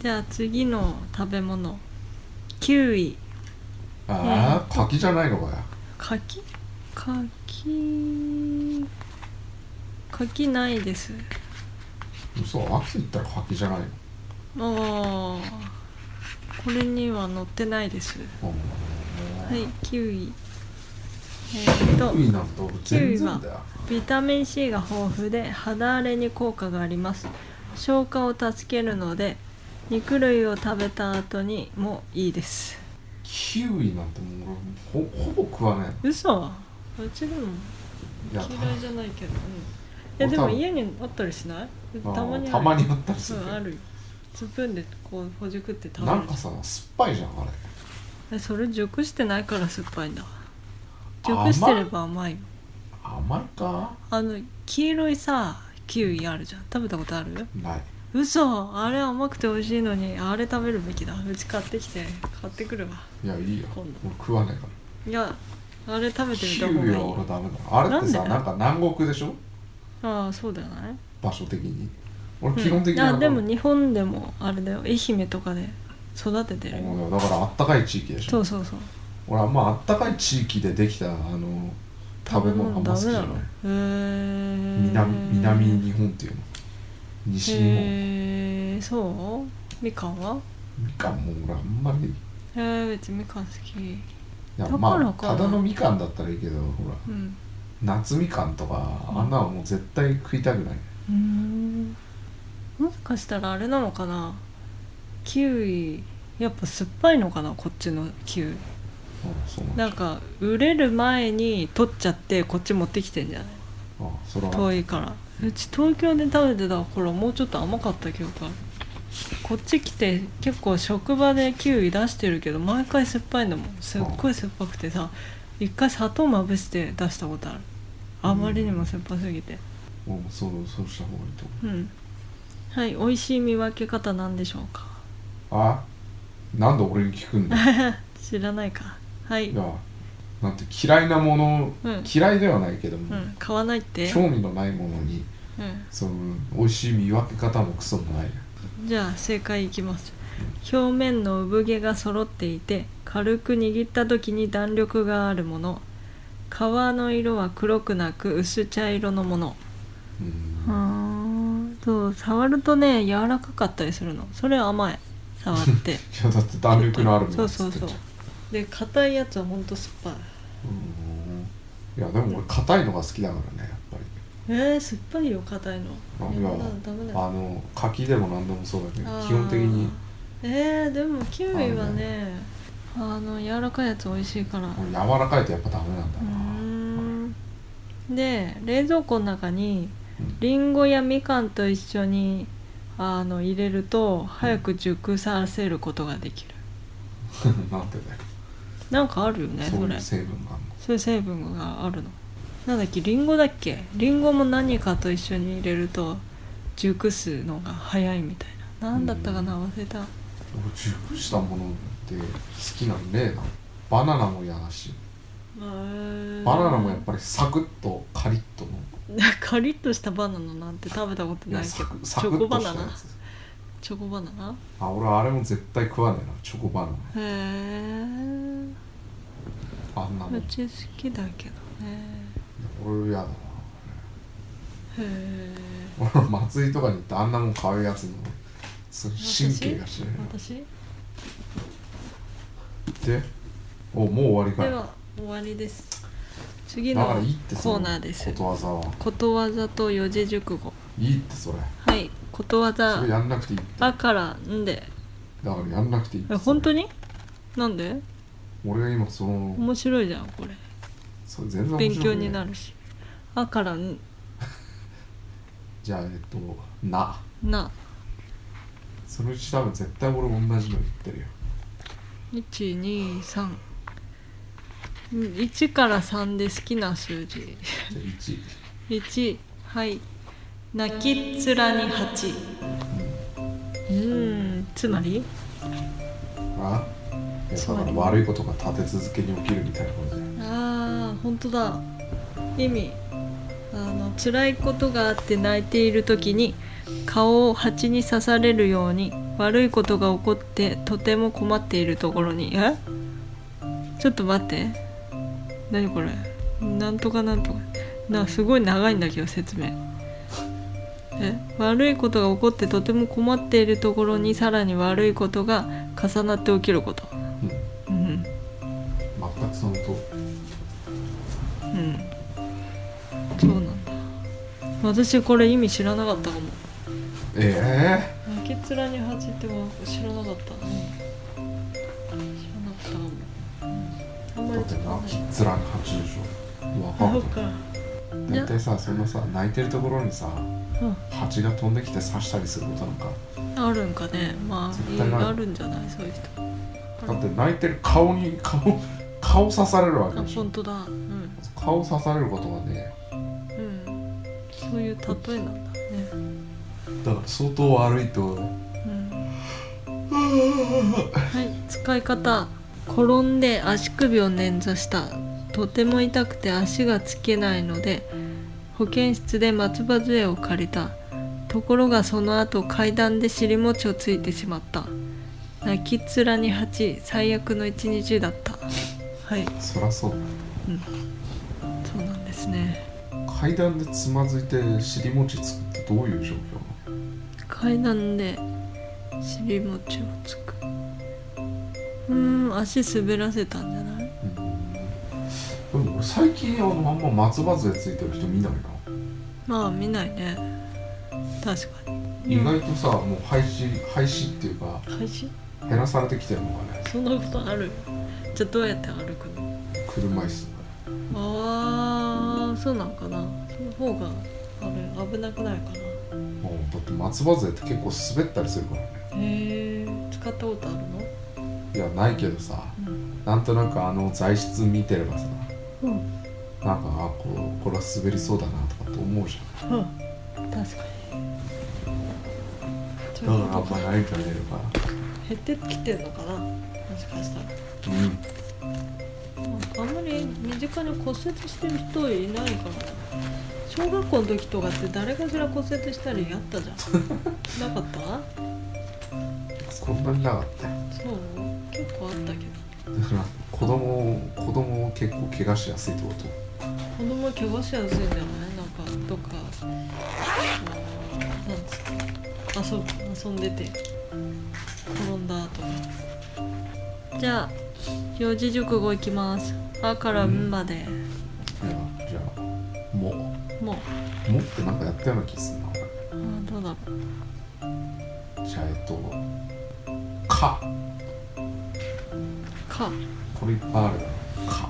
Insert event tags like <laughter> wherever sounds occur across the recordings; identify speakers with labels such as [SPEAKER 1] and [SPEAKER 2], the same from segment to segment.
[SPEAKER 1] じゃあ次の食べ物9位
[SPEAKER 2] ああ柿じゃないのかよ
[SPEAKER 1] 柿柿柿ないです
[SPEAKER 2] そう秋行ったら柿じゃないの
[SPEAKER 1] もうこれには載ってないです
[SPEAKER 2] うん
[SPEAKER 1] はい9位えー、っと
[SPEAKER 2] キウイなんて俺全然だよ
[SPEAKER 1] ビタミン C が豊富で肌荒れに効果があります消化を助けるので肉類を食べた後にもいいです
[SPEAKER 2] キウイなんてもう俺ほほぼ食わない
[SPEAKER 1] 嘘うちでも
[SPEAKER 2] いや
[SPEAKER 1] 嫌
[SPEAKER 2] た
[SPEAKER 1] いじゃないけど、うん、えでも家にあったりしない
[SPEAKER 2] まあ
[SPEAKER 1] たまにある
[SPEAKER 2] たまにあったり
[SPEAKER 1] そ
[SPEAKER 2] するけ
[SPEAKER 1] う
[SPEAKER 2] ど
[SPEAKER 1] あるよスプーンでこうほじくって食べ
[SPEAKER 2] な
[SPEAKER 1] る
[SPEAKER 2] んかさ酸っぱいじゃんあれ
[SPEAKER 1] えそれ熟してないから酸っぱいんだ
[SPEAKER 2] 甘い
[SPEAKER 1] 熟してれば甘いよ
[SPEAKER 2] 甘いか
[SPEAKER 1] あの黄色いさキウイあるじゃん食べたことある
[SPEAKER 2] ない
[SPEAKER 1] 嘘あれ甘くて美味しいのにあれ食べるべきだうち買ってきて買ってくるわ
[SPEAKER 2] いやいいよ
[SPEAKER 1] 今度
[SPEAKER 2] 俺食わないから
[SPEAKER 1] いやあれ食べてみ
[SPEAKER 2] キ
[SPEAKER 1] た
[SPEAKER 2] ウ
[SPEAKER 1] 方がいい
[SPEAKER 2] イは俺
[SPEAKER 1] よ
[SPEAKER 2] ダメだあれってさ
[SPEAKER 1] な
[SPEAKER 2] なん
[SPEAKER 1] で
[SPEAKER 2] んか南国でしょ
[SPEAKER 1] ああそうだよね
[SPEAKER 2] 場所的に俺基本的に
[SPEAKER 1] うん
[SPEAKER 2] は
[SPEAKER 1] あでも日本でもあれだよ愛媛とかで育ててるよ
[SPEAKER 2] もうだからあったかい地域でし
[SPEAKER 1] そ
[SPEAKER 2] ょ
[SPEAKER 1] うそうそう
[SPEAKER 2] 俺あんまあったかい地域でできたあの食べ物あんま好きじゃない
[SPEAKER 1] へえ
[SPEAKER 2] 南南日本っていうの西日本
[SPEAKER 1] へえそうみかんは
[SPEAKER 2] みかんも俺あんまりい
[SPEAKER 1] へえ別にみかん好き
[SPEAKER 2] や
[SPEAKER 1] だから
[SPEAKER 2] まあ
[SPEAKER 1] かな
[SPEAKER 2] ただのみかんだったらいいけどほら
[SPEAKER 1] うん
[SPEAKER 2] 夏みかんとかあんなはもう絶対食いたくないう
[SPEAKER 1] ーんもしかしたらあれなのかなキウイやっぱ酸っぱいのかなこっちのキウイ
[SPEAKER 2] あそうなんだ
[SPEAKER 1] なんか売れる前に取っちゃってこっち持ってきてんじゃない
[SPEAKER 2] あそれは
[SPEAKER 1] 遠いからうち東京で食べてた頃もうちょっと甘かった記憶あるこっち来て結構職場でキウイ出してるけど毎回酸っぱいんだもんすっごい酸っぱくてさ一回砂糖まぶして出したことあるあまりにも酸っぱすぎて
[SPEAKER 2] もうそうそうした方がいいと思う
[SPEAKER 1] うん、はい美味しい見分け方なんでしょうか <laughs>
[SPEAKER 2] あなんで俺に聞くんだい
[SPEAKER 1] 知らないかはい、う
[SPEAKER 2] やなんて嫌いなもの、
[SPEAKER 1] うん
[SPEAKER 2] 嫌いではないけども、
[SPEAKER 1] ん、買わないって、
[SPEAKER 2] 興味のないものに
[SPEAKER 1] う
[SPEAKER 2] その美味しい見分け方もクソもない
[SPEAKER 1] ん、じゃあ正解いきます表面の産毛が揃っていて軽く握った時に弾力があるもの皮の色は黒くなく薄茶色のもの
[SPEAKER 2] うん
[SPEAKER 1] うんそう触るとね柔らかかったりするのそれは甘い触って
[SPEAKER 2] いやだって <laughs> 弾力のあるもの
[SPEAKER 1] そう
[SPEAKER 2] っつ
[SPEAKER 1] そうそ
[SPEAKER 2] って
[SPEAKER 1] う
[SPEAKER 2] んじゃん
[SPEAKER 1] で硬いやつはほんと酸っぱい
[SPEAKER 2] うんいやでも俺硬いのが好きだからねやっぱり
[SPEAKER 1] えー、酸っぱいよ硬いの
[SPEAKER 2] あ
[SPEAKER 1] え
[SPEAKER 2] いや
[SPEAKER 1] まだダメだよ
[SPEAKER 2] あの柿でも何でもそうだけど
[SPEAKER 1] あー
[SPEAKER 2] 基本的に
[SPEAKER 1] えー、でもキウイはねあの柔らかいやつ美味しいから
[SPEAKER 2] 俺柔らかいとやっぱダメなんだ
[SPEAKER 1] うー
[SPEAKER 2] なん
[SPEAKER 1] で冷蔵庫の中にりんごやみかんと一緒にあの入れると早く熟させることができる、
[SPEAKER 2] <laughs> なんてだよ
[SPEAKER 1] なんかあるよね
[SPEAKER 2] そ
[SPEAKER 1] そう
[SPEAKER 2] い
[SPEAKER 1] れ
[SPEAKER 2] う成分があるの
[SPEAKER 1] そういう成分があるのなんだっけりんごだっけりんごも何かと一緒に入れると熟すのが早いみたいな何だったかな忘れた
[SPEAKER 2] 俺熟したものって好きなのねえなバナナも嫌だしバナナもやっぱりサクッとカリッとの
[SPEAKER 1] カリッとしたバナナなんて食べたこと
[SPEAKER 2] い
[SPEAKER 1] な
[SPEAKER 2] や
[SPEAKER 1] いけ
[SPEAKER 2] サ
[SPEAKER 1] ど
[SPEAKER 2] ク
[SPEAKER 1] チ
[SPEAKER 2] サク
[SPEAKER 1] ョコ
[SPEAKER 2] ッ
[SPEAKER 1] バ
[SPEAKER 2] と
[SPEAKER 1] ナ
[SPEAKER 2] したや
[SPEAKER 1] ナ
[SPEAKER 2] つ
[SPEAKER 1] チョコバナナ
[SPEAKER 2] あ俺あれも絶対食わねえなチョコバナ
[SPEAKER 1] へえ
[SPEAKER 2] ナあんな
[SPEAKER 1] う
[SPEAKER 2] も
[SPEAKER 1] んち好きだけどね
[SPEAKER 2] 俺嫌だな
[SPEAKER 1] へえ
[SPEAKER 2] <laughs> 俺祭りとかに行ってあんなもん買うやつのその神経がしない
[SPEAKER 1] 私で
[SPEAKER 2] でおもう終わりかよ
[SPEAKER 1] は終わりです次
[SPEAKER 2] だ
[SPEAKER 1] の
[SPEAKER 2] からいいってそ
[SPEAKER 1] コー
[SPEAKER 2] の
[SPEAKER 1] ナーです
[SPEAKER 2] ことわざは
[SPEAKER 1] ことわざと四字熟語
[SPEAKER 2] いいってそれ
[SPEAKER 1] はいことわ
[SPEAKER 2] そ
[SPEAKER 1] ざ
[SPEAKER 2] れやんなくていいって
[SPEAKER 1] あからんで
[SPEAKER 2] だからやんなくていいって
[SPEAKER 1] え
[SPEAKER 2] それ
[SPEAKER 1] 本当になんで
[SPEAKER 2] 俺が今その
[SPEAKER 1] 面白いじゃんこれ
[SPEAKER 2] それ全然面白く
[SPEAKER 1] 勉強にな
[SPEAKER 2] る
[SPEAKER 1] るしあからん
[SPEAKER 2] じゃあえっとな
[SPEAKER 1] な
[SPEAKER 2] そのうち多分絶対俺同じの言ってるよ
[SPEAKER 1] 1231から3で好きな数字
[SPEAKER 2] じゃあ1
[SPEAKER 1] 1はい泣きっ面に8うーんつまり
[SPEAKER 2] あいやだから悪いことが立て続けに起きるみたいなことで
[SPEAKER 1] ああ本当だ意味あの辛いことがあって泣いている時に顔を蜂に刺されるように悪いことが起こってとても困っているところにえちょっと待って何これなんとかなんとかなすごい長いんだけど説明え悪いことが起こってとても困っているところにさらに悪いことが重なって起きることう
[SPEAKER 2] うん
[SPEAKER 1] ん
[SPEAKER 2] 全くその通り
[SPEAKER 1] うんそうなんだ私これ意味知らなかったかも
[SPEAKER 2] え
[SPEAKER 1] 泣きっ面に蜂っても知らなかったね知らなかったかも、うん、あんま
[SPEAKER 2] え
[SPEAKER 1] り
[SPEAKER 2] だって
[SPEAKER 1] 使
[SPEAKER 2] な
[SPEAKER 1] わ
[SPEAKER 2] きっ
[SPEAKER 1] な
[SPEAKER 2] つらん蜂でしょ
[SPEAKER 1] い
[SPEAKER 2] 分
[SPEAKER 1] そ
[SPEAKER 2] か
[SPEAKER 1] う
[SPEAKER 2] る
[SPEAKER 1] か
[SPEAKER 2] 大体さそのさ泣いてるところにさ蜂が飛んできて刺したりすることなんか
[SPEAKER 1] うんあるんかねまあ
[SPEAKER 2] 絶
[SPEAKER 1] い
[SPEAKER 2] 対ない
[SPEAKER 1] あるんじゃないそういう人
[SPEAKER 2] だって泣いてる顔に顔顔刺されるわけ
[SPEAKER 1] あ
[SPEAKER 2] でしょ
[SPEAKER 1] 本当だうん
[SPEAKER 2] 顔刺されることがね
[SPEAKER 1] うんそういう例えなんだね
[SPEAKER 2] だから相当悪いと
[SPEAKER 1] はい、使い方転んで足首を捻挫したとても痛くて足がつけないので保健室で松葉杖を借りたところがその後階段で尻餅をついてしまった泣きっ面に蜂最悪の一日だったはい
[SPEAKER 2] そりゃそう
[SPEAKER 1] そうなんですね
[SPEAKER 2] 階段でつまずいて尻餅つくってどういう状況
[SPEAKER 1] 階段で尻餅をつくうーん足滑らせたんじゃない
[SPEAKER 2] うんでも俺最近あのあんま松葉杖ついてる人見ないな、
[SPEAKER 1] まあ見ないね確かに
[SPEAKER 2] 意外とさもう廃止廃止っていうか
[SPEAKER 1] 開始
[SPEAKER 2] 減らされてきてるのがね
[SPEAKER 1] そんなことあるじゃあどうやって歩くの
[SPEAKER 2] 車椅子
[SPEAKER 1] ああそうなんかなその方があれ危なくないかな
[SPEAKER 2] のもうだって松葉杖って結構滑ったりするからね
[SPEAKER 1] へえ使ったことあるの
[SPEAKER 2] いやないけどさ
[SPEAKER 1] うん、
[SPEAKER 2] なんとなくあの材質見てればさ
[SPEAKER 1] うん、
[SPEAKER 2] なんかあこうこれは滑りそうだなとかって思うじゃ
[SPEAKER 1] 確かにそうんいうことか
[SPEAKER 2] だからあんまないから出るから
[SPEAKER 1] 減ってきてんのかなもしかしたら
[SPEAKER 2] うん
[SPEAKER 1] あんまり身近に骨折してる人いないから小学校の時とかって誰かしら骨折したりやったじ <laughs> ゃんなかった
[SPEAKER 2] そんなになかったよ
[SPEAKER 1] そう結構あったけど
[SPEAKER 2] だから子供を子供を結構怪我しやすいってこと
[SPEAKER 1] 子供怪我しやすいんじゃないなんかとかあのなんつうの遊ぶ遊んでて転んだとかじゃあ四字熟語いきます「あ」から「ん」まで
[SPEAKER 2] いやじゃあも
[SPEAKER 1] もう
[SPEAKER 2] もってなんかやったような気するな俺
[SPEAKER 1] あーどうだろう
[SPEAKER 2] じゃあえっと「か」
[SPEAKER 1] 「か」いっ
[SPEAKER 2] これいっぱいあるよか」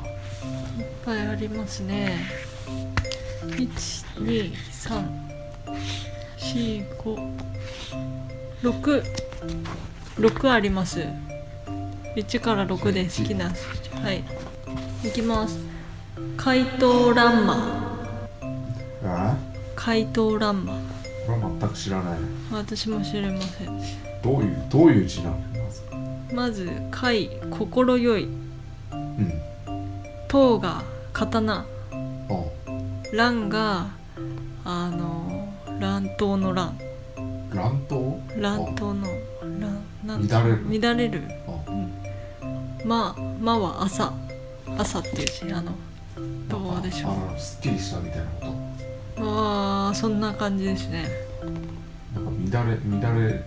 [SPEAKER 1] ぱいありますね123456あります1から6で好きなはいいきます怪盗乱魔
[SPEAKER 2] えー
[SPEAKER 1] 怪盗乱魔
[SPEAKER 2] これは全く知らないね
[SPEAKER 1] 私も知れません
[SPEAKER 2] どういうどういう字なのまず
[SPEAKER 1] まず怪心よい
[SPEAKER 2] うん
[SPEAKER 1] 唐が刀
[SPEAKER 2] あ
[SPEAKER 1] 乱があの乱闘の乱
[SPEAKER 2] 乱闘
[SPEAKER 1] 乱闘の乱なん
[SPEAKER 2] 乱れる
[SPEAKER 1] 乱れる
[SPEAKER 2] あ
[SPEAKER 1] まあまは朝朝っていう字あのどうでしょ
[SPEAKER 2] あのすっきりしたみたいなこと
[SPEAKER 1] うああそんな感じですね
[SPEAKER 2] なんか乱れ乱れてる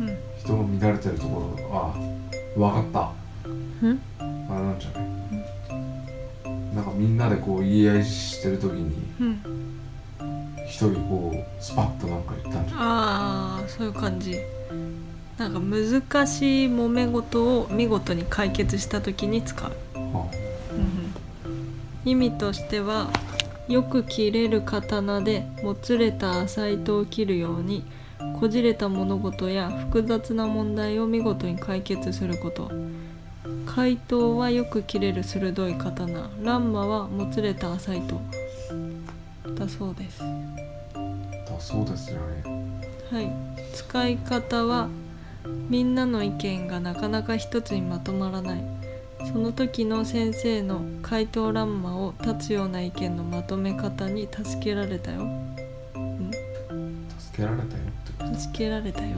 [SPEAKER 1] うん
[SPEAKER 2] 人の乱れてるところあわかった
[SPEAKER 1] うん
[SPEAKER 2] あれなんじゃない、なんかみんなでこう言い合いしてる時に
[SPEAKER 1] うん
[SPEAKER 2] 一人こうスパッとなんか言ったんじゃない
[SPEAKER 1] ああそういう感じなんか難しい揉め事を見事に解決した時に使う
[SPEAKER 2] あ
[SPEAKER 1] 意味としてはよく切れる刀でもつれた浅い糸を切るようにこじれた物事や複雑な問題を見事に解決すること怪盗はよく切れる鋭い刀乱馬はもつれた浅い糸だそうです
[SPEAKER 2] だそうですよね
[SPEAKER 1] はい、使い方はみんなの意見がなかなか一つにまとまらないその時の先生の回答欄間を立つような意見のまとめ方に助けられたよ
[SPEAKER 2] 助けられたよって
[SPEAKER 1] 助けられたよ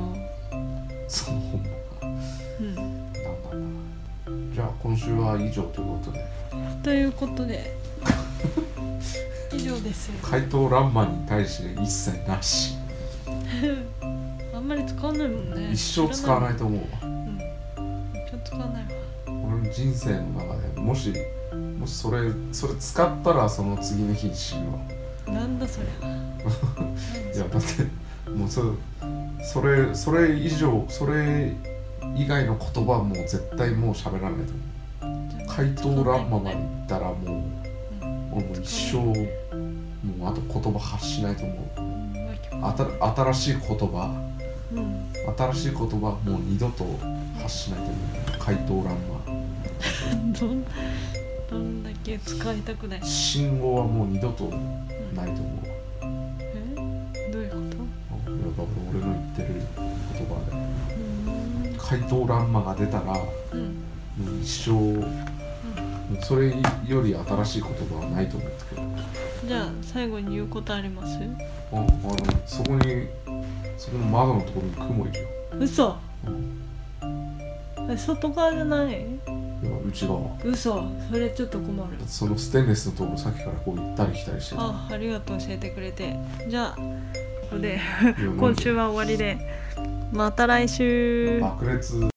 [SPEAKER 2] そうなん
[SPEAKER 1] うん、
[SPEAKER 2] だなじゃあ今週は以上ということで
[SPEAKER 1] ということで以上ですよ
[SPEAKER 2] 怪盗ランマに対して一切なし
[SPEAKER 1] あんまり使わないもんね
[SPEAKER 2] 一生使わないと思うわ
[SPEAKER 1] うん一生使わないわ
[SPEAKER 2] 俺の人生の中でもしもしそれそれ使ったらその次の日に死ぬわ
[SPEAKER 1] なんだそれ
[SPEAKER 2] <laughs> いやだって <laughs> もうそそれそれ以上それ以外の言葉はもう絶対もう喋らないと思う怪盗ランマまで行ったらもう俺もう一生もうあと言葉発しないと思うあた新しい言葉
[SPEAKER 1] うん
[SPEAKER 2] 新しい言葉はもう二度と発しないと思う怪盗ランマ
[SPEAKER 1] どんどんだけ使いたくない
[SPEAKER 2] 信号はもう二度とないと思う
[SPEAKER 1] えどういうこと
[SPEAKER 2] いや多分俺の言ってる言葉で
[SPEAKER 1] うん
[SPEAKER 2] 怪盗ランマが出たらも
[SPEAKER 1] うん
[SPEAKER 2] う一生もうそれより新しい言葉はないと思うんですけど、
[SPEAKER 1] じゃあ最後に言うことあります
[SPEAKER 2] ああのそこにそこの窓のところに雲いるよ、
[SPEAKER 1] 嘘
[SPEAKER 2] うん
[SPEAKER 1] え外側じゃない
[SPEAKER 2] いや内側
[SPEAKER 1] 嘘それちょっと困る
[SPEAKER 2] そのステンレスのところさっきからこう行ったり来たりしてた
[SPEAKER 1] あありがとう教えてくれてじゃあここで
[SPEAKER 2] いやなんで
[SPEAKER 1] 今週は終わりでまた来週
[SPEAKER 2] 爆裂